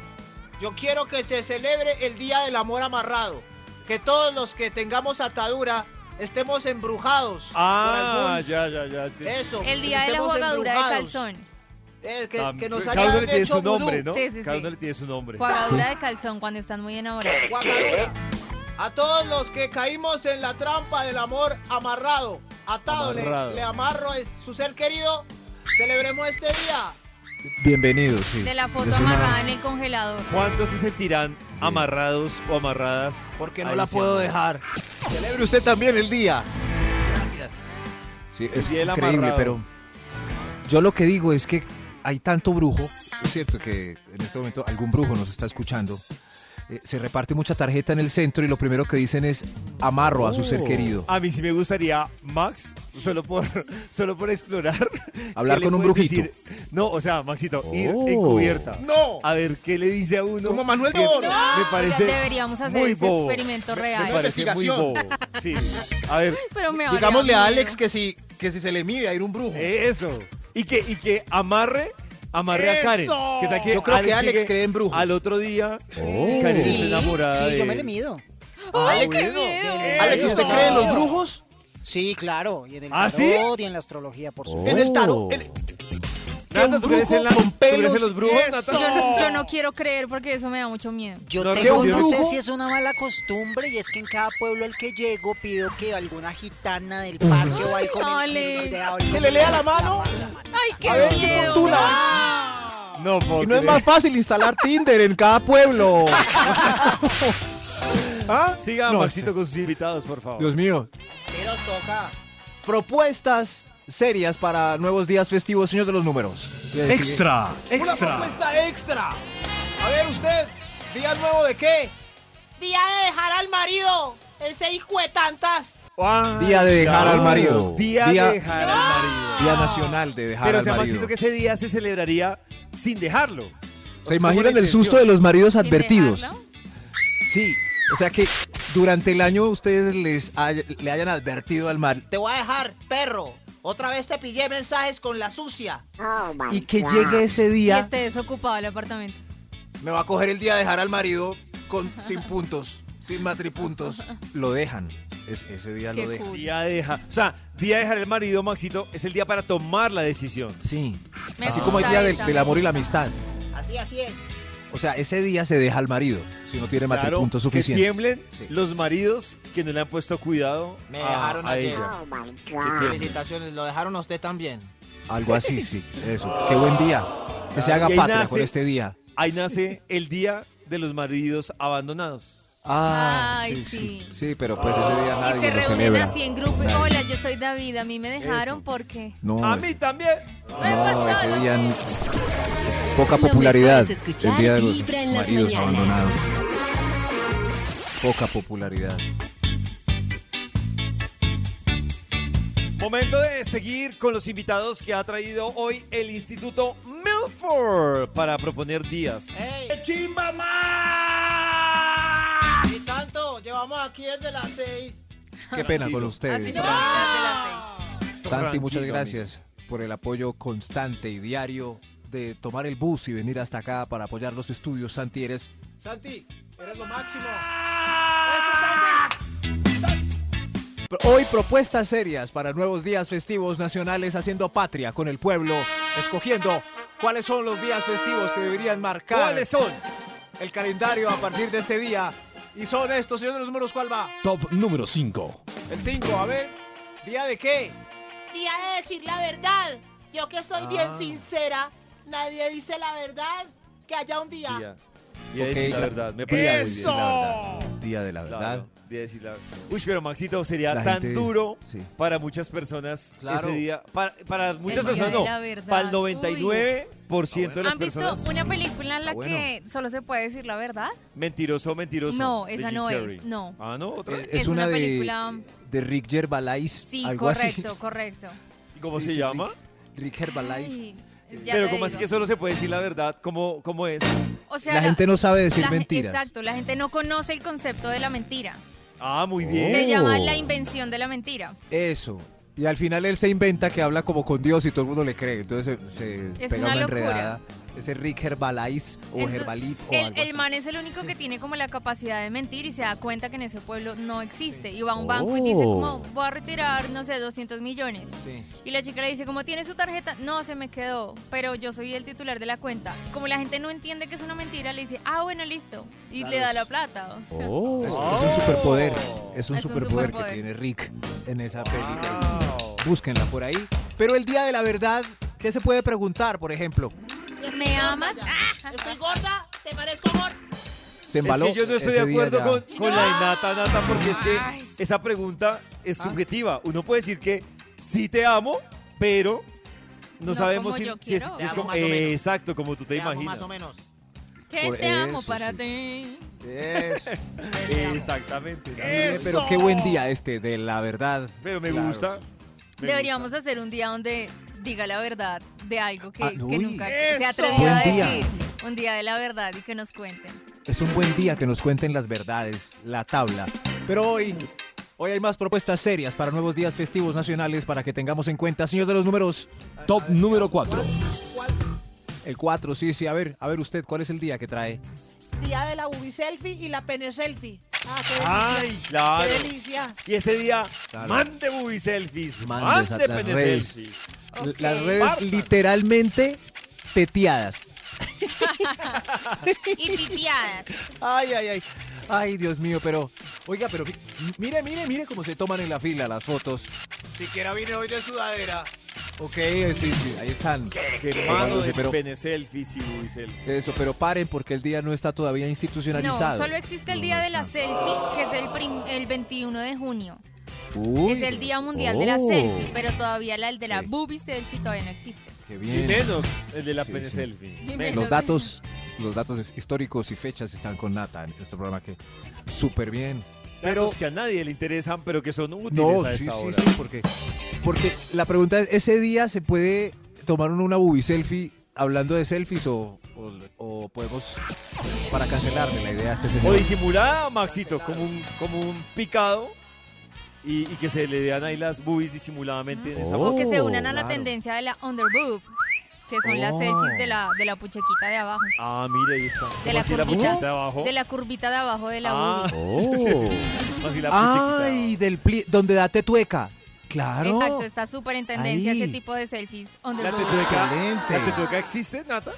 Speaker 7: yo quiero que se celebre el Día del Amor Amarrado. Que todos los que tengamos atadura estemos embrujados. por
Speaker 2: Ah,
Speaker 7: algún-
Speaker 2: ya, ya, ya.
Speaker 7: Eso.
Speaker 5: El
Speaker 7: que
Speaker 5: día de la
Speaker 7: estemos
Speaker 5: jugadura de
Speaker 7: embrujados.
Speaker 5: calzón.
Speaker 7: Eh, que,
Speaker 2: Tam-
Speaker 7: que nos
Speaker 2: Cada uno
Speaker 7: hayan
Speaker 2: le Ah, tiene
Speaker 7: hecho
Speaker 2: su nombre,
Speaker 7: vudú.
Speaker 2: ¿no?
Speaker 5: Sí, sí,
Speaker 2: Cada
Speaker 5: sí.
Speaker 2: uno le tiene su nombre.
Speaker 5: Jugadura de calzón cuando están muy enamorados.
Speaker 7: Guacamole. A todos los que caímos en la trampa del amor amarrado, atado, le-
Speaker 2: Amarrado.
Speaker 7: Le, amarro a su ser querido, celebremos este día.
Speaker 3: Bienvenido, sí.
Speaker 5: De la foto
Speaker 3: Es una-
Speaker 5: amarrada en el congelador.
Speaker 2: ¿Cuándo se sentirán amarrados o amarradas?
Speaker 7: Porque
Speaker 2: Ahí se llama.
Speaker 7: dejar.
Speaker 3: Celebre usted también el día. Sí, es
Speaker 2: Y el
Speaker 3: increíble,
Speaker 2: amarrado.
Speaker 3: pero yo lo que digo es que hay tanto brujo. Es cierto que en este momento algún brujo nos está escuchando. Eh, se reparte mucha tarjeta en el centro y lo primero que dicen es amarro a su ser querido.
Speaker 2: A mí sí me gustaría, Max, solo por, *laughs* solo por
Speaker 3: *laughs*
Speaker 2: explorar.
Speaker 3: Hablar
Speaker 2: ¿qué le
Speaker 3: con un
Speaker 2: pueden
Speaker 3: brujito.
Speaker 2: decir? No, o sea, Maxito, ir
Speaker 6: Oh.
Speaker 2: encubierta.
Speaker 7: ¡No!
Speaker 2: A ver qué le dice a uno.
Speaker 7: Como Manuel
Speaker 2: Me-
Speaker 7: Toro.
Speaker 2: Me
Speaker 5: Oigan,
Speaker 2: parece.
Speaker 5: Deberíamos hacer
Speaker 2: muy
Speaker 5: ese
Speaker 2: bobo.
Speaker 5: experimento
Speaker 2: Me
Speaker 5: real.
Speaker 2: parece muy bobo. Sí. A ver,
Speaker 5: Pero me daría
Speaker 3: Digámosle a
Speaker 5: miedo.
Speaker 3: Alex que si, que si se le mide a ir un brujo.
Speaker 2: eso. Y que, y que amarre. Amarre a Karen.
Speaker 7: ¡Eso!
Speaker 2: ¿Qué tal
Speaker 3: Yo creo que Alex
Speaker 2: llegue
Speaker 3: cree en brujos.
Speaker 2: Al otro día, Karen
Speaker 6: Sí,
Speaker 2: está enamorada.
Speaker 8: Sí,
Speaker 2: de
Speaker 8: yo me le
Speaker 2: él.
Speaker 8: mido.
Speaker 5: ¡Ay,
Speaker 2: Alex,
Speaker 5: qué miedo!
Speaker 3: Alex, ¿usted cree en los brujos?
Speaker 8: Sí, claro. Y en el
Speaker 2: ¿Ah,
Speaker 8: tarot
Speaker 2: sí?
Speaker 8: y en la astrología, por
Speaker 6: Oh.
Speaker 8: supuesto.
Speaker 3: En el tarot. en-
Speaker 2: Nata, ¿tú crees en la-
Speaker 3: brujo con
Speaker 2: tú crees en
Speaker 3: pelos?
Speaker 2: los brujos,
Speaker 3: Eso.
Speaker 2: Nata?
Speaker 5: Yo no, yo no quiero creer porque eso me da mucho miedo.
Speaker 8: Yo
Speaker 2: No,
Speaker 8: tengo,
Speaker 3: ¿qué
Speaker 8: no sé
Speaker 3: brujo?
Speaker 8: si es una mala costumbre, y es que en cada pueblo al que llego pido que alguna gitana del parque o algo
Speaker 5: Alex.
Speaker 8: ¿Que le lea la mano?
Speaker 5: ¡Ay, qué
Speaker 3: A ver,
Speaker 5: miedo!
Speaker 3: tú la-
Speaker 2: No, puedo
Speaker 3: Y no es
Speaker 2: creer.
Speaker 3: más fácil instalar Tinder en cada *laughs* pueblo. ¿Ah?
Speaker 2: Siga
Speaker 3: No,
Speaker 2: Maxito con sus invitados, por favor.
Speaker 3: Dios mío.
Speaker 7: ¿Qué nos toca?
Speaker 3: Propuestas serias para nuevos días festivos, señor de los números.
Speaker 6: Extra,
Speaker 7: Una propuesta extra. A ver usted, día nuevo de qué? Día de dejar al marido, ese hijo de tantas.
Speaker 3: Día de dejar al
Speaker 2: claro,
Speaker 3: marido.
Speaker 2: Día,
Speaker 3: Día-
Speaker 2: de dejar al marido.
Speaker 3: Día nacional de dejar
Speaker 2: Pero
Speaker 3: al
Speaker 2: se
Speaker 3: marido.
Speaker 2: siento que ese día se celebraría sin dejarlo. O
Speaker 3: ¿Se
Speaker 2: sea, como
Speaker 3: imaginan
Speaker 2: la
Speaker 3: el susto
Speaker 2: intención.
Speaker 3: de los maridos
Speaker 5: Sin
Speaker 3: advertidos?
Speaker 5: dejarlo.
Speaker 3: Sí, o sea que durante el año ustedes les hay- le hayan advertido al mar
Speaker 7: Te voy a dejar, perro. Otra vez te pillé mensajes con la sucia.
Speaker 3: y que llegue ese
Speaker 5: Y este
Speaker 3: día
Speaker 5: esté desocupado el apartamento.
Speaker 3: me va a coger el día de dejar al marido con sin puntos, sin matripuntos. Lo dejan. Es- ese día
Speaker 5: Qué
Speaker 3: lo dejan.
Speaker 5: cool.
Speaker 2: Día de dejar. O sea, día de dejar al marido, Maxito, es el día para tomar la decisión.
Speaker 3: Sí.
Speaker 5: Me
Speaker 3: Así como el
Speaker 5: gusta
Speaker 3: día del,
Speaker 5: esa,
Speaker 3: del
Speaker 5: me
Speaker 3: amor y la
Speaker 5: gusta.
Speaker 3: amistad.
Speaker 7: Así, así es.
Speaker 3: O sea, ese día se deja al marido si no tiene
Speaker 2: Claro,
Speaker 3: matripuntos
Speaker 2: que
Speaker 3: suficientes.
Speaker 2: tiemblen
Speaker 3: Sí.
Speaker 2: los maridos que no le han puesto cuidado
Speaker 7: Me
Speaker 2: a-
Speaker 7: dejaron
Speaker 2: a,
Speaker 7: ayer.
Speaker 2: ella.
Speaker 7: Felicitaciones, lo dejaron a usted también.
Speaker 3: Algo
Speaker 2: *laughs*
Speaker 3: así, sí. Eso. Qué buen día. Que se haga
Speaker 2: Y ahí
Speaker 3: patria
Speaker 2: nace-
Speaker 3: con este día.
Speaker 2: Ahí nace el día de los maridos abandonados.
Speaker 3: Ah,
Speaker 5: Ay,
Speaker 3: sí, sí.
Speaker 5: sí.
Speaker 3: Sí, pero pues ese día
Speaker 5: Y
Speaker 3: nadie
Speaker 5: se
Speaker 3: lo
Speaker 5: reúnen
Speaker 3: celebra.
Speaker 5: así en grupo. y,
Speaker 3: Nadie.
Speaker 5: Hola, yo soy David. A mí me dejaron porque.
Speaker 3: No,
Speaker 2: A mí también.
Speaker 5: Me
Speaker 3: no,
Speaker 5: pasó
Speaker 3: ese
Speaker 5: lo
Speaker 3: día n-
Speaker 5: mismo.
Speaker 3: poca
Speaker 1: Lo mejor
Speaker 3: popularidad.
Speaker 1: es escuchar
Speaker 3: El día de los
Speaker 1: Vibra en las
Speaker 3: maridos
Speaker 1: mañanas.
Speaker 3: abandonados. Poca popularidad.
Speaker 2: Momento de seguir con los invitados que ha traído hoy el Instituto Milford para proponer días.
Speaker 7: ¡Ey!
Speaker 6: ¡Chimba más!
Speaker 7: Y tanto, llevamos aquí desde las seis.
Speaker 3: Qué pena con
Speaker 5: Así
Speaker 3: ustedes.
Speaker 5: como las de las
Speaker 3: Santi, muchas
Speaker 2: Tranquilo,
Speaker 3: gracias por el apoyo constante y diario de tomar el bus y venir hasta acá para apoyar los estudios. Santi, eres
Speaker 7: Santi, eres lo máximo.
Speaker 3: Hoy propuestas serias para nuevos días festivos nacionales haciendo patria con el pueblo, escogiendo cuáles son los días festivos que deberían marcar
Speaker 2: ¿Cuáles son?
Speaker 3: el calendario a partir de este día. Y son estos, señor de los números, ¿cuál va?
Speaker 6: Top número 5.
Speaker 3: El 5, a ver.
Speaker 7: ¿Día de qué?
Speaker 9: Día de decir la verdad. Yo que soy
Speaker 3: Ah.
Speaker 9: bien sincera, nadie dice la verdad. Que haya un día.
Speaker 2: Día. Día de decir la
Speaker 3: Ok.
Speaker 2: verdad. Me parece muy bien.
Speaker 3: Día de la
Speaker 2: Claro, día de decir la verdad. Uy, pero Maxito, sería
Speaker 3: La
Speaker 2: tan
Speaker 3: gente-
Speaker 2: duro
Speaker 3: sí.
Speaker 2: para muchas personas
Speaker 3: Claro.
Speaker 2: ese día. Para, para muchas
Speaker 5: día
Speaker 2: personas
Speaker 5: de
Speaker 2: no.
Speaker 5: la verdad.
Speaker 2: Para el
Speaker 5: Uy.
Speaker 2: 99% de las
Speaker 5: ¿Han visto
Speaker 2: personas.
Speaker 5: una película en la
Speaker 3: Está
Speaker 5: que solo se puede decir la verdad?
Speaker 2: Mentiroso, mentiroso.
Speaker 5: No,
Speaker 2: de
Speaker 5: esa
Speaker 2: Jim
Speaker 5: no es,
Speaker 2: Carrey.
Speaker 5: no.
Speaker 2: Ah, no, otra.
Speaker 3: es,
Speaker 5: Es
Speaker 3: una,
Speaker 5: una
Speaker 3: de,
Speaker 5: película-
Speaker 3: de Rick Gervais.
Speaker 5: Sí,
Speaker 3: algo
Speaker 5: correcto,
Speaker 3: *laughs*
Speaker 5: correcto.
Speaker 2: ¿Y ¿Cómo
Speaker 3: Eh, Sí,
Speaker 2: se
Speaker 3: sí,
Speaker 2: llama?
Speaker 3: Así. Rick Gervais.
Speaker 5: Ay, ya
Speaker 2: Pero
Speaker 5: te
Speaker 2: como es
Speaker 5: digo.
Speaker 2: que solo se puede decir la verdad, ¿cómo, cómo es?
Speaker 5: O sea,
Speaker 3: La gente no sabe decir
Speaker 5: la gen-
Speaker 3: mentiras.
Speaker 5: Exacto, la gente no conoce el concepto de la mentira.
Speaker 2: Ah,
Speaker 3: Oh.
Speaker 2: muy
Speaker 5: Se
Speaker 2: bien.
Speaker 5: llama la invención de la mentira.
Speaker 3: Eso. Y al final él se inventa que habla como con Dios y todo el mundo le cree. Entonces se, se
Speaker 5: Es
Speaker 3: pega
Speaker 5: una
Speaker 3: una,
Speaker 5: locura.
Speaker 3: enredada. Ese Rick Gervais o
Speaker 5: Entonces,
Speaker 3: Gervalip o
Speaker 5: El,
Speaker 3: algo
Speaker 5: el
Speaker 3: así.
Speaker 5: man es el único que tiene como la capacidad de mentir y se da cuenta que en ese pueblo no existe. Y va a un banco y dice como,
Speaker 3: Oh.
Speaker 5: voy a retirar, no sé, 200 millones.
Speaker 3: Sí.
Speaker 5: Y la chica le dice, como tiene su tarjeta? No, se me quedó, pero yo soy el titular de la cuenta. Como la gente no entiende que es una mentira, le dice, ah, bueno, listo. Y
Speaker 3: Claro,
Speaker 5: le da
Speaker 3: es-
Speaker 5: la plata. o sea.
Speaker 2: Oh.
Speaker 3: Oh. Es, es un superpoder. Es un
Speaker 5: Es un
Speaker 3: superpoder que
Speaker 5: superpoder.
Speaker 3: tiene Rick en
Speaker 2: Ah.
Speaker 3: esa película.
Speaker 2: Wow.
Speaker 3: Búsquenla por ahí. Pero el día de la verdad, ¿qué se puede preguntar, por ejemplo?
Speaker 5: ¿Me amas? ¡Ah!
Speaker 9: Estoy gorda, te parezco gorda.
Speaker 3: Se
Speaker 2: Es
Speaker 3: embaló.
Speaker 2: que yo no estoy de
Speaker 3: ese día
Speaker 2: acuerdo
Speaker 3: ya.
Speaker 2: con, con la innata, Nata, porque es
Speaker 5: Ay.
Speaker 2: que esa pregunta es
Speaker 3: Ah.
Speaker 2: subjetiva. Uno puede decir que sí te amo, pero no,
Speaker 5: No como
Speaker 2: sabemos si,
Speaker 5: yo
Speaker 2: si es,
Speaker 5: quiero.
Speaker 2: si
Speaker 7: Te
Speaker 2: es
Speaker 7: amo
Speaker 2: como-
Speaker 7: más o menos.
Speaker 2: exacto, como tú te,
Speaker 7: Te amo
Speaker 2: imaginas.
Speaker 7: más o menos.
Speaker 5: ¿Qué
Speaker 3: Por
Speaker 5: es te amo
Speaker 3: eso,
Speaker 5: para
Speaker 3: sí.
Speaker 5: ti?
Speaker 2: *laughs*
Speaker 3: Eso.
Speaker 2: Exactamente.
Speaker 3: Mire, Pero qué buen día este de la verdad.
Speaker 2: Pero me
Speaker 3: Claro.
Speaker 2: gusta. me
Speaker 5: Deberíamos
Speaker 2: gusta.
Speaker 5: hacer un día donde diga la verdad de algo que,
Speaker 3: Ah,
Speaker 5: que
Speaker 3: uy.
Speaker 5: nunca se atrevió
Speaker 3: Buen
Speaker 5: a
Speaker 3: día.
Speaker 5: decir. Un día de la verdad y que nos cuenten.
Speaker 3: Es un buen día que nos cuenten las verdades, la tabla. Pero hoy, hoy hay más propuestas serias para nuevos días festivos nacionales para que tengamos en cuenta, señor de los números.
Speaker 6: Top número 4.
Speaker 3: El 4, sí, sí, a ver, a ver usted, ¿cuál es el día que trae?
Speaker 9: Día de la booby selfie y la pene selfie. Ah, qué
Speaker 2: Ay, claro.
Speaker 9: delicia, qué delicia.
Speaker 2: Y ese día,
Speaker 3: Claro.
Speaker 2: mande movie selfies,
Speaker 3: Mande
Speaker 2: mande
Speaker 3: esas- las
Speaker 2: pene
Speaker 3: redes.
Speaker 2: selfies.
Speaker 5: Ok.
Speaker 3: Las redes
Speaker 2: Partan.
Speaker 3: literalmente teteadas.
Speaker 5: Y pitiadas.
Speaker 3: Ay, ay, ay. Ay, Dios mío, pero. Oiga, pero mi- mire, mire, mire cómo se toman en la fila las fotos.
Speaker 7: Siquiera vine hoy de sudadera.
Speaker 3: Ok, eh, sí, sí, ahí están.
Speaker 2: Que mano de
Speaker 3: Pero-
Speaker 2: pene selfies y movie selfies.
Speaker 3: Eso, pero paren porque el día no está todavía
Speaker 5: No,
Speaker 3: institucionalizado.
Speaker 5: solo existe el día de la selfie, que es el, prim- el 21 de junio.
Speaker 3: Uy.
Speaker 5: Es el Día Mundial de la
Speaker 3: Oh.
Speaker 5: Selfie, pero todavía la, el de la
Speaker 3: Sí.
Speaker 5: boobie selfie todavía no existe.
Speaker 3: Qué
Speaker 2: Y
Speaker 3: bien.
Speaker 2: menos el de la
Speaker 3: Sí,
Speaker 2: pene
Speaker 3: sí.
Speaker 2: selfie.
Speaker 5: Y
Speaker 2: Menos.
Speaker 3: Los datos, los datos his- históricos y fechas están con Nata en este programa que súper bien.
Speaker 2: Pero
Speaker 3: Pero-
Speaker 2: que a nadie le interesan, pero que son útiles
Speaker 3: No,
Speaker 2: a
Speaker 3: sí,
Speaker 2: esta
Speaker 3: sí,
Speaker 2: hora.
Speaker 3: sí, porque, porque la pregunta es, ¿ese día se puede tomar uno una bubi selfie hablando de selfies o, o, o podemos, para cancelarle la idea a este
Speaker 2: O
Speaker 3: señor?
Speaker 2: disimulada, Maxito, como un, como un picado y, y que se le vean ahí las boobies disimuladamente en esa
Speaker 3: Oh.
Speaker 5: o que se unan a la
Speaker 3: claro.
Speaker 5: tendencia de la underboob, que son las
Speaker 3: Oh.
Speaker 5: selfies de la, de la puchequita de abajo.
Speaker 2: Ah, mire, ahí está.
Speaker 5: De la
Speaker 2: Así la
Speaker 5: curvita.
Speaker 2: puchita de abajo.
Speaker 5: De la curvita de abajo de la
Speaker 2: ah, *laughs*
Speaker 5: boobie.
Speaker 3: Oh.
Speaker 2: así la puchiquita.
Speaker 3: Ay, del pli, donde da tetueca. Claro.
Speaker 5: Exacto, está súper en tendencia
Speaker 3: Ahí.
Speaker 5: ese tipo de selfies
Speaker 2: ¿La
Speaker 5: underboob.
Speaker 2: tetueca,
Speaker 3: Excelente.
Speaker 2: ¿La tetueca existe, Nata?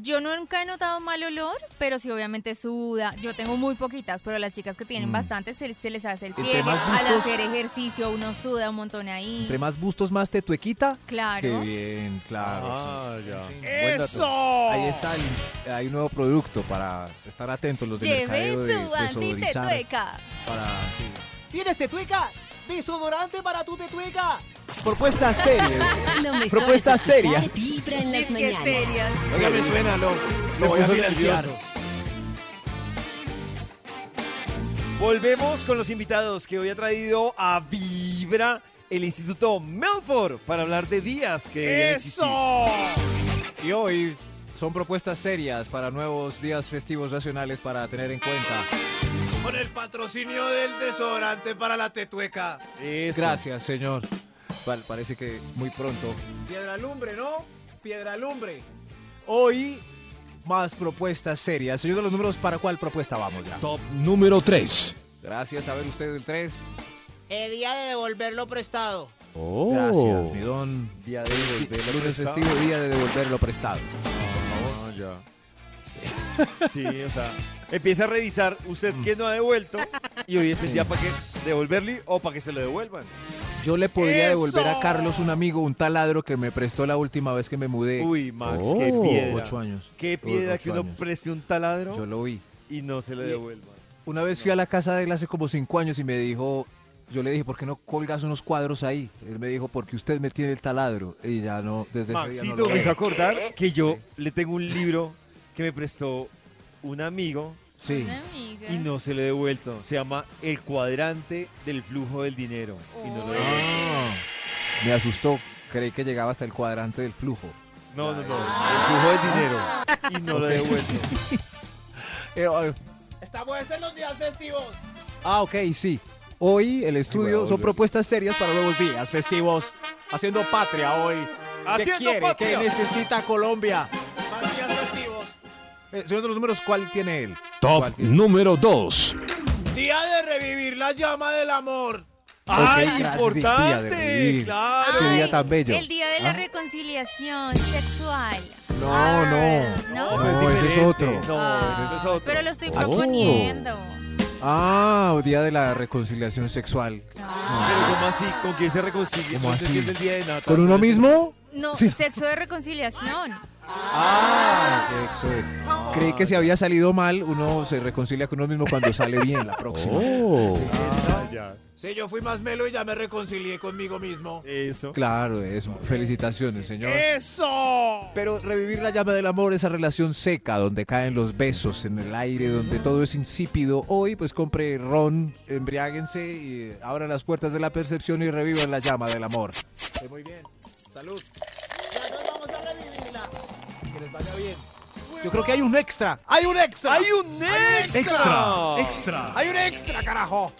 Speaker 5: Yo nunca he notado mal olor, pero sí obviamente suda. Yo tengo muy poquitas, pero a las chicas que tienen
Speaker 3: Mm.
Speaker 5: bastantes se, se les hace el
Speaker 3: Entre
Speaker 5: pliegue.
Speaker 3: más
Speaker 5: Al
Speaker 3: bustos-
Speaker 5: hacer ejercicio uno suda un montón ahí.
Speaker 3: Entre más bustos, más tetuequita. Qué
Speaker 5: Claro.
Speaker 3: bien, claro.
Speaker 2: Ah, ya.
Speaker 3: Buen dato. Ahí está, el- hay un nuevo producto para estar atentos los de
Speaker 5: Lleve
Speaker 3: mercadeo de,
Speaker 5: su
Speaker 3: desodorizar
Speaker 5: antitetueca.
Speaker 3: para sí.
Speaker 9: ¿Tienes tetuica? Desodorante para tu tetuica.
Speaker 3: propuestas serias.
Speaker 1: Lo mejor
Speaker 3: Propuesta
Speaker 1: es escuchar
Speaker 3: seria.
Speaker 1: Vibra en las
Speaker 5: Es que
Speaker 1: mañanas.
Speaker 5: serias.
Speaker 2: Ya me suena, lo,
Speaker 3: *laughs* lo voy a financiar.
Speaker 2: Volvemos con los invitados que hoy ha traído a Vibra el Instituto Melford para hablar de días que deberían existir.
Speaker 3: Y hoy son propuestas serias para nuevos días festivos nacionales para tener en cuenta.
Speaker 7: Con el patrocinio del desodorante para la tetueca.
Speaker 2: Eso.
Speaker 3: Gracias, señor. Vale, parece que muy pronto.
Speaker 7: Piedra lumbre, ¿no? Piedra lumbre.
Speaker 3: Hoy más propuestas serias. Señor de los números, ¿para cuál propuesta vamos ya?
Speaker 6: Top número 3.
Speaker 3: Gracias, a ver usted el 3.
Speaker 7: Es día de devolverlo prestado.
Speaker 3: Gracias, mi don.
Speaker 2: Día de devolverlo
Speaker 3: Lunes
Speaker 2: prestado.
Speaker 3: festivo, día de devolverlo prestado.
Speaker 2: Ah, ya. Sí, o sea, empieza a revisar usted qué no ha devuelto y hoy es el
Speaker 3: Mm. Sí.
Speaker 2: día para que devolverle o para que se lo devuelvan.
Speaker 3: Yo le podría devolver a Carlos, un amigo, un taladro que me prestó la última vez que me mudé.
Speaker 2: Uy, Max,
Speaker 3: Oh.
Speaker 2: qué piedra.
Speaker 3: Ocho años.
Speaker 2: Qué piedra
Speaker 3: Ocho
Speaker 2: que uno
Speaker 3: años.
Speaker 2: preste un taladro
Speaker 3: Yo lo vi.
Speaker 2: y no se le devuelva.
Speaker 3: Una vez fui a la casa de él hace como cinco años y me dijo, yo le dije, ¿por qué no colgas unos cuadros ahí? Él me dijo, porque usted me tiene el taladro. Y ya no, desde ese día no
Speaker 2: Maxito
Speaker 3: lo
Speaker 2: me hizo
Speaker 3: vi.
Speaker 2: acordar que yo le tengo un libro que me prestó un amigo
Speaker 3: Sí.
Speaker 5: Una ¿eh, amiga.
Speaker 2: y no se lo he devuelto. Se llama El cuadrante del flujo del dinero. Y no lo he
Speaker 5: Uy.
Speaker 2: devuelto.
Speaker 3: Ah, me asustó. Creí que llegaba hasta el cuadrante del flujo.
Speaker 2: No, no, no.
Speaker 3: Ah.
Speaker 2: El flujo del dinero. Y no lo he devuelto.
Speaker 3: Eh, ah,
Speaker 7: Estamos en los días festivos.
Speaker 3: ah, ok, sí. Hoy el estudio son propuestas serias para nuevos días festivos. Haciendo patria hoy.
Speaker 2: Haciendo
Speaker 3: ¿Qué quiere?
Speaker 2: patria.
Speaker 3: ¿Qué necesita Colombia?
Speaker 7: Más días festivos.
Speaker 3: Eh, señor de los números, ¿cuál tiene él?
Speaker 6: Top
Speaker 3: ¿Cuál tiene?
Speaker 6: número 2.
Speaker 7: Día de revivir la llama del amor.
Speaker 2: ¡Ay,
Speaker 3: gracias, sí, tía, de
Speaker 2: importante!
Speaker 3: vivir.
Speaker 2: Ah, ¡Claro!
Speaker 3: Qué
Speaker 5: Ay,
Speaker 3: día tan bello.
Speaker 5: El día de la
Speaker 3: ¿Ah?
Speaker 5: reconciliación sexual.
Speaker 3: No, no.
Speaker 5: No.
Speaker 3: No, ese es
Speaker 2: Pues diferente.
Speaker 3: otro.
Speaker 2: No,
Speaker 5: Ah,
Speaker 2: ese es otro.
Speaker 5: Pero lo estoy
Speaker 3: Oh.
Speaker 5: proponiendo.
Speaker 3: Ah, día de la reconciliación sexual.
Speaker 2: Pero ¿cómo así? ¿Con quién se reconcilia?
Speaker 3: ¿Cómo
Speaker 2: ¿No
Speaker 3: así?
Speaker 2: entiende el día de Nata?
Speaker 3: ¿Con uno mismo?
Speaker 5: No,
Speaker 3: Sí.
Speaker 5: sexo de reconciliación.
Speaker 3: Ah, sexo. eh. Creí que si había salido mal, uno se reconcilia con uno mismo cuando sale bien la próxima.
Speaker 2: Ah, ya.
Speaker 7: Sí, yo fui más melo y ya me reconcilié conmigo mismo.
Speaker 2: Eso.
Speaker 3: Claro, eso. Felicitaciones, señor.
Speaker 7: ¡Eso!
Speaker 3: Pero revivir la llama del amor, esa relación seca donde caen los besos en el aire, donde todo es insípido. Hoy, pues compre ron, embriáguense y abran las puertas de la percepción y revivan la llama del amor.
Speaker 7: muy bien. Salud.
Speaker 9: Ya nos vamos a revivirla.
Speaker 7: Que les vaya bien.
Speaker 3: Yo creo que hay un extra.
Speaker 7: ¡Hay un extra!
Speaker 2: ¡Hay un extra!
Speaker 6: Extra. Extra.
Speaker 7: ¡Hay un extra, carajo!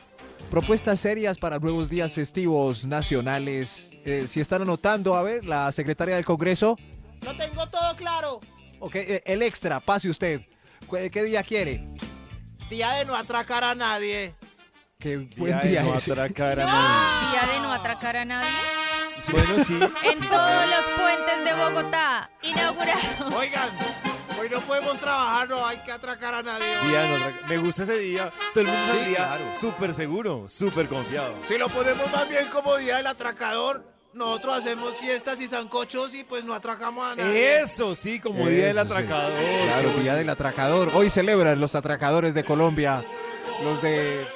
Speaker 3: Propuestas serias para nuevos días festivos nacionales. Eh, si están anotando, a ver, la secretaria del Congreso.
Speaker 9: Lo tengo todo claro.
Speaker 3: Ok, eh, el extra, pase usted. ¿Qué, qué día quiere?
Speaker 7: Día de no atracar a nadie.
Speaker 3: Qué
Speaker 2: Día
Speaker 3: buen
Speaker 2: de
Speaker 3: día
Speaker 2: no
Speaker 3: ese.
Speaker 2: atracar a nadie.
Speaker 5: Día de no atracar a nadie.
Speaker 2: Bueno, sí.
Speaker 5: En todos los puentes de Bogotá inauguraron.
Speaker 7: Oigan, hoy no podemos trabajar, no hay que atracar a nadie.
Speaker 2: Día de no atracar- Me gusta ese día. Todo el mundo
Speaker 3: Sí,
Speaker 2: saldría
Speaker 3: claro.
Speaker 2: súper seguro, súper confiado.
Speaker 7: Si lo ponemos más bien como día del atracador, nosotros hacemos fiestas y zancochos y pues no atracamos
Speaker 2: ¿Eh?
Speaker 7: a nadie.
Speaker 2: Eso sí, como día del
Speaker 3: Eso sí.
Speaker 2: atracador.
Speaker 3: Claro, día del atracador. Hoy celebran los atracadores de Colombia, los de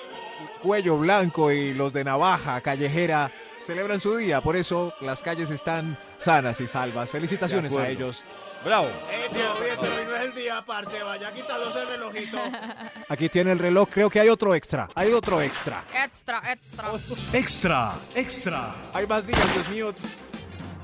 Speaker 3: cuello blanco y los de navaja callejera. celebran su día, por eso las calles están sanas y salvas. Felicitaciones
Speaker 2: De
Speaker 3: a
Speaker 2: acuerdo.
Speaker 3: ellos.
Speaker 2: Bravo.
Speaker 7: Eh, tío, bien, terminó el día, parce. Vaya quitándose el relojito.
Speaker 3: Aquí tiene el reloj, creo que hay otro extra. Hay otro extra.
Speaker 5: Extra, extra.
Speaker 6: Extra, extra.
Speaker 3: Hay más días, Dios mío.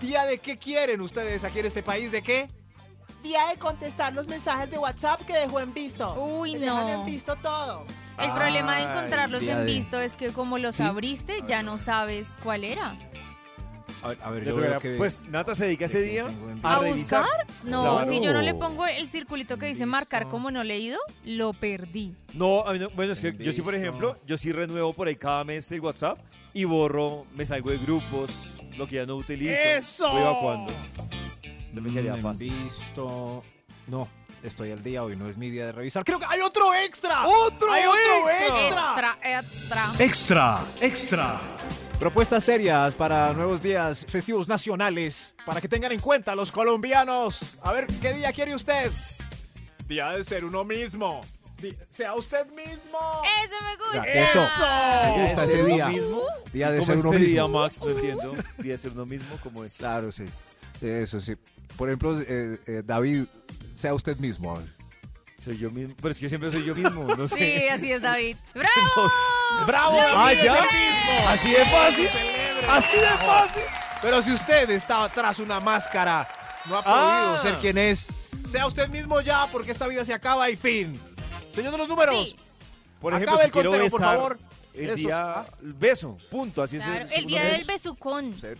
Speaker 3: Día de qué quieren ustedes aquí en este país, de qué?
Speaker 9: *laughs* Día de contestar los mensajes de WhatsApp que dejó en visto.
Speaker 5: Uy,
Speaker 9: Te dejan
Speaker 5: no.
Speaker 9: en visto todo.
Speaker 5: El problema de encontrarlos
Speaker 3: Ay, día
Speaker 5: en
Speaker 3: de-
Speaker 5: visto es que como los abriste, ya no sabes cuál era.
Speaker 3: A ver, a ver,
Speaker 2: Le
Speaker 3: yo veo
Speaker 2: tocará-
Speaker 3: que...
Speaker 2: Pues Nata se dedica este día a,
Speaker 5: ¿A
Speaker 2: revisar.
Speaker 5: buscar? No,
Speaker 2: Claro.
Speaker 5: si yo no le pongo el circulito que dice marcar
Speaker 3: Listo.
Speaker 5: como no leído, lo perdí.
Speaker 2: No, a mí no- bueno, es que yo sí, por
Speaker 3: Listo.
Speaker 2: ejemplo, yo sí renuevo por ahí cada mes el WhatsApp y borro, me salgo de grupos, lo que ya no utilizo.
Speaker 7: ¡Eso!
Speaker 2: Voy evacuando. No me quedaría
Speaker 3: Mm,
Speaker 2: fácil.
Speaker 3: Visto. No, estoy al día hoy, no es mi día de revisar. Creo que hay otro extra.
Speaker 2: ¡Otro
Speaker 7: ¡Hay Ah, otro
Speaker 5: Extra, extra.
Speaker 6: Extra, extra.
Speaker 3: Propuestas serias para nuevos días festivos nacionales, para que tengan en cuenta los colombianos. A ver, ¿qué día quiere usted? Día de ser uno mismo. Di- Sea usted mismo.
Speaker 5: Eso me gusta.
Speaker 3: Eso.
Speaker 2: ¿Día de
Speaker 3: gusta
Speaker 2: ser
Speaker 3: ese
Speaker 2: uno
Speaker 3: día.
Speaker 2: mismo?
Speaker 3: Día
Speaker 2: ¿Y
Speaker 3: de
Speaker 2: cómo
Speaker 3: ser
Speaker 2: es
Speaker 3: uno
Speaker 2: ese día,
Speaker 3: mismo.
Speaker 2: Max? No *laughs* entiendo. Día de ser uno mismo, ¿cómo es?
Speaker 3: Claro, sí. Eso sí. Por ejemplo, eh, eh, David, sea usted mismo.
Speaker 2: Soy yo mismo. Pero es que yo siempre soy yo mismo, no
Speaker 7: *laughs*
Speaker 2: sé. *laughs*
Speaker 5: Sí, así es, David. ¡Bravo!
Speaker 7: ¡Bravo!
Speaker 2: ¡Ah,
Speaker 7: David,
Speaker 2: ya!
Speaker 7: ese mismo!
Speaker 2: ¡Así de fácil!
Speaker 7: Celebre.
Speaker 2: ¡Así de fácil!
Speaker 3: Pero si usted está tras una máscara, no ha
Speaker 2: Ah.
Speaker 3: podido ser quien es,
Speaker 7: Sea usted mismo ya, porque esta vida se acaba y fin. Señor de los números.
Speaker 5: Sí,
Speaker 2: Por ejemplo,
Speaker 7: Acabe
Speaker 2: si
Speaker 7: el
Speaker 2: quiero
Speaker 7: conteo, por
Speaker 2: besar
Speaker 7: favor.
Speaker 2: el
Speaker 7: Eso.
Speaker 2: día...
Speaker 7: Ah.
Speaker 2: el beso, punto. Así
Speaker 5: claro.
Speaker 2: es
Speaker 5: El día
Speaker 2: segundo
Speaker 5: del besucón.
Speaker 3: ser,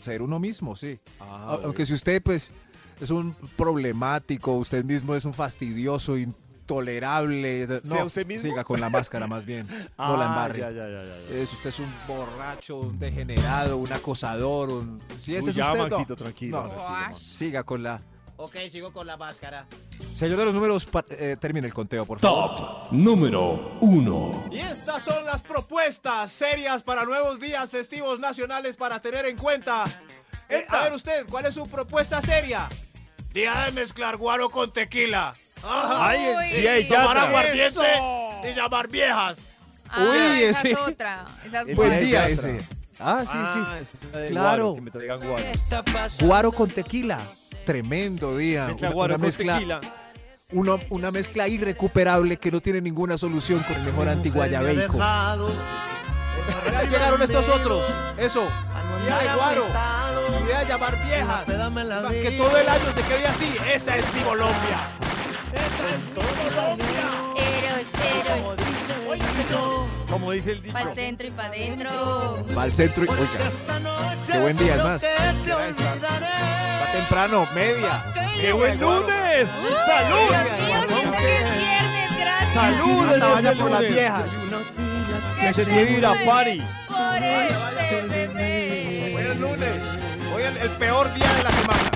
Speaker 3: ser uno mismo, sí.
Speaker 2: Ah,
Speaker 3: A- Aunque
Speaker 2: bueno.
Speaker 3: si usted, pues, es un problemático, usted mismo es un fastidioso, intolerable. No,
Speaker 2: ¿Sea usted mismo?
Speaker 3: Siga con la máscara
Speaker 2: *laughs*
Speaker 3: más bien. no la
Speaker 2: Ah,
Speaker 3: embarre.
Speaker 2: ya, ya, ya, ya, ya.
Speaker 3: Es- usted es un borracho, un degenerado, un acosador. Un... Si ese
Speaker 2: Uy,
Speaker 3: es
Speaker 2: ya,
Speaker 3: usted, no.
Speaker 2: Maxito, tranquilo.
Speaker 3: No,
Speaker 2: tranquilo,
Speaker 5: Guash.
Speaker 2: Max.
Speaker 3: Siga con la.
Speaker 7: Ok, sigo con la máscara.
Speaker 3: Señor de los números, pa- eh, termine el conteo, por favor.
Speaker 6: Top número uno.
Speaker 7: Y estas son las propuestas serias para nuevos días festivos nacionales para tener en cuenta. Eh, a ver usted, ¿cuál es su propuesta seria? Día de mezclar guaro con tequila. Ajá.
Speaker 2: Ay, el
Speaker 5: Uy.
Speaker 2: día de
Speaker 7: Tomar
Speaker 5: Yatra.
Speaker 2: Yatra.
Speaker 7: aguardiente y llamar viejas.
Speaker 5: Ah,
Speaker 3: Uy,
Speaker 5: esa
Speaker 3: ese-
Speaker 5: es otra. Esa es
Speaker 2: El
Speaker 3: Buen
Speaker 2: día de
Speaker 3: día
Speaker 2: Yatra.
Speaker 3: ese. Ah, sí, sí. Claro.
Speaker 2: Claro. Que me traigan guaro.
Speaker 3: Guaro con tequila. Tremendo día.
Speaker 2: Mezcla
Speaker 3: Una-
Speaker 2: guaro
Speaker 3: una
Speaker 2: con
Speaker 3: mezcla-
Speaker 2: tequila.
Speaker 3: Una, una mezcla irrecuperable que no tiene ninguna solución con el mejor antiguayabeico.
Speaker 7: Ya llegaron estos otros. Eso. Día de guaro. Día de llamar viejas. Para que todo el año se quede así. Esa es mi Colombia.
Speaker 5: Eros, eros.
Speaker 2: Como dice el dicho.
Speaker 5: Para dentro y para adentro.
Speaker 3: Va al centro y. Oiga, qué buen día, es más.
Speaker 7: Está temprano, media.
Speaker 2: ¡Qué buen lunes!
Speaker 5: Dios
Speaker 2: ¡Salud!
Speaker 5: mío, siento que es viernes, gracias.
Speaker 2: ¡Salud en este
Speaker 7: Anda, vaya por las
Speaker 2: lunes!
Speaker 7: viejas.
Speaker 2: que se quiere ir a
Speaker 5: muere
Speaker 2: party.
Speaker 5: Por este bebé.
Speaker 7: Hoy es lunes. Hoy es el peor día de la semana.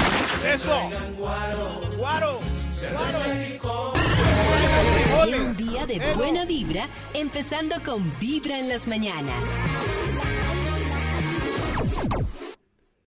Speaker 7: Eso. Guaro.
Speaker 1: Un día de buena vibra, empezando con Vibra en las mañanas.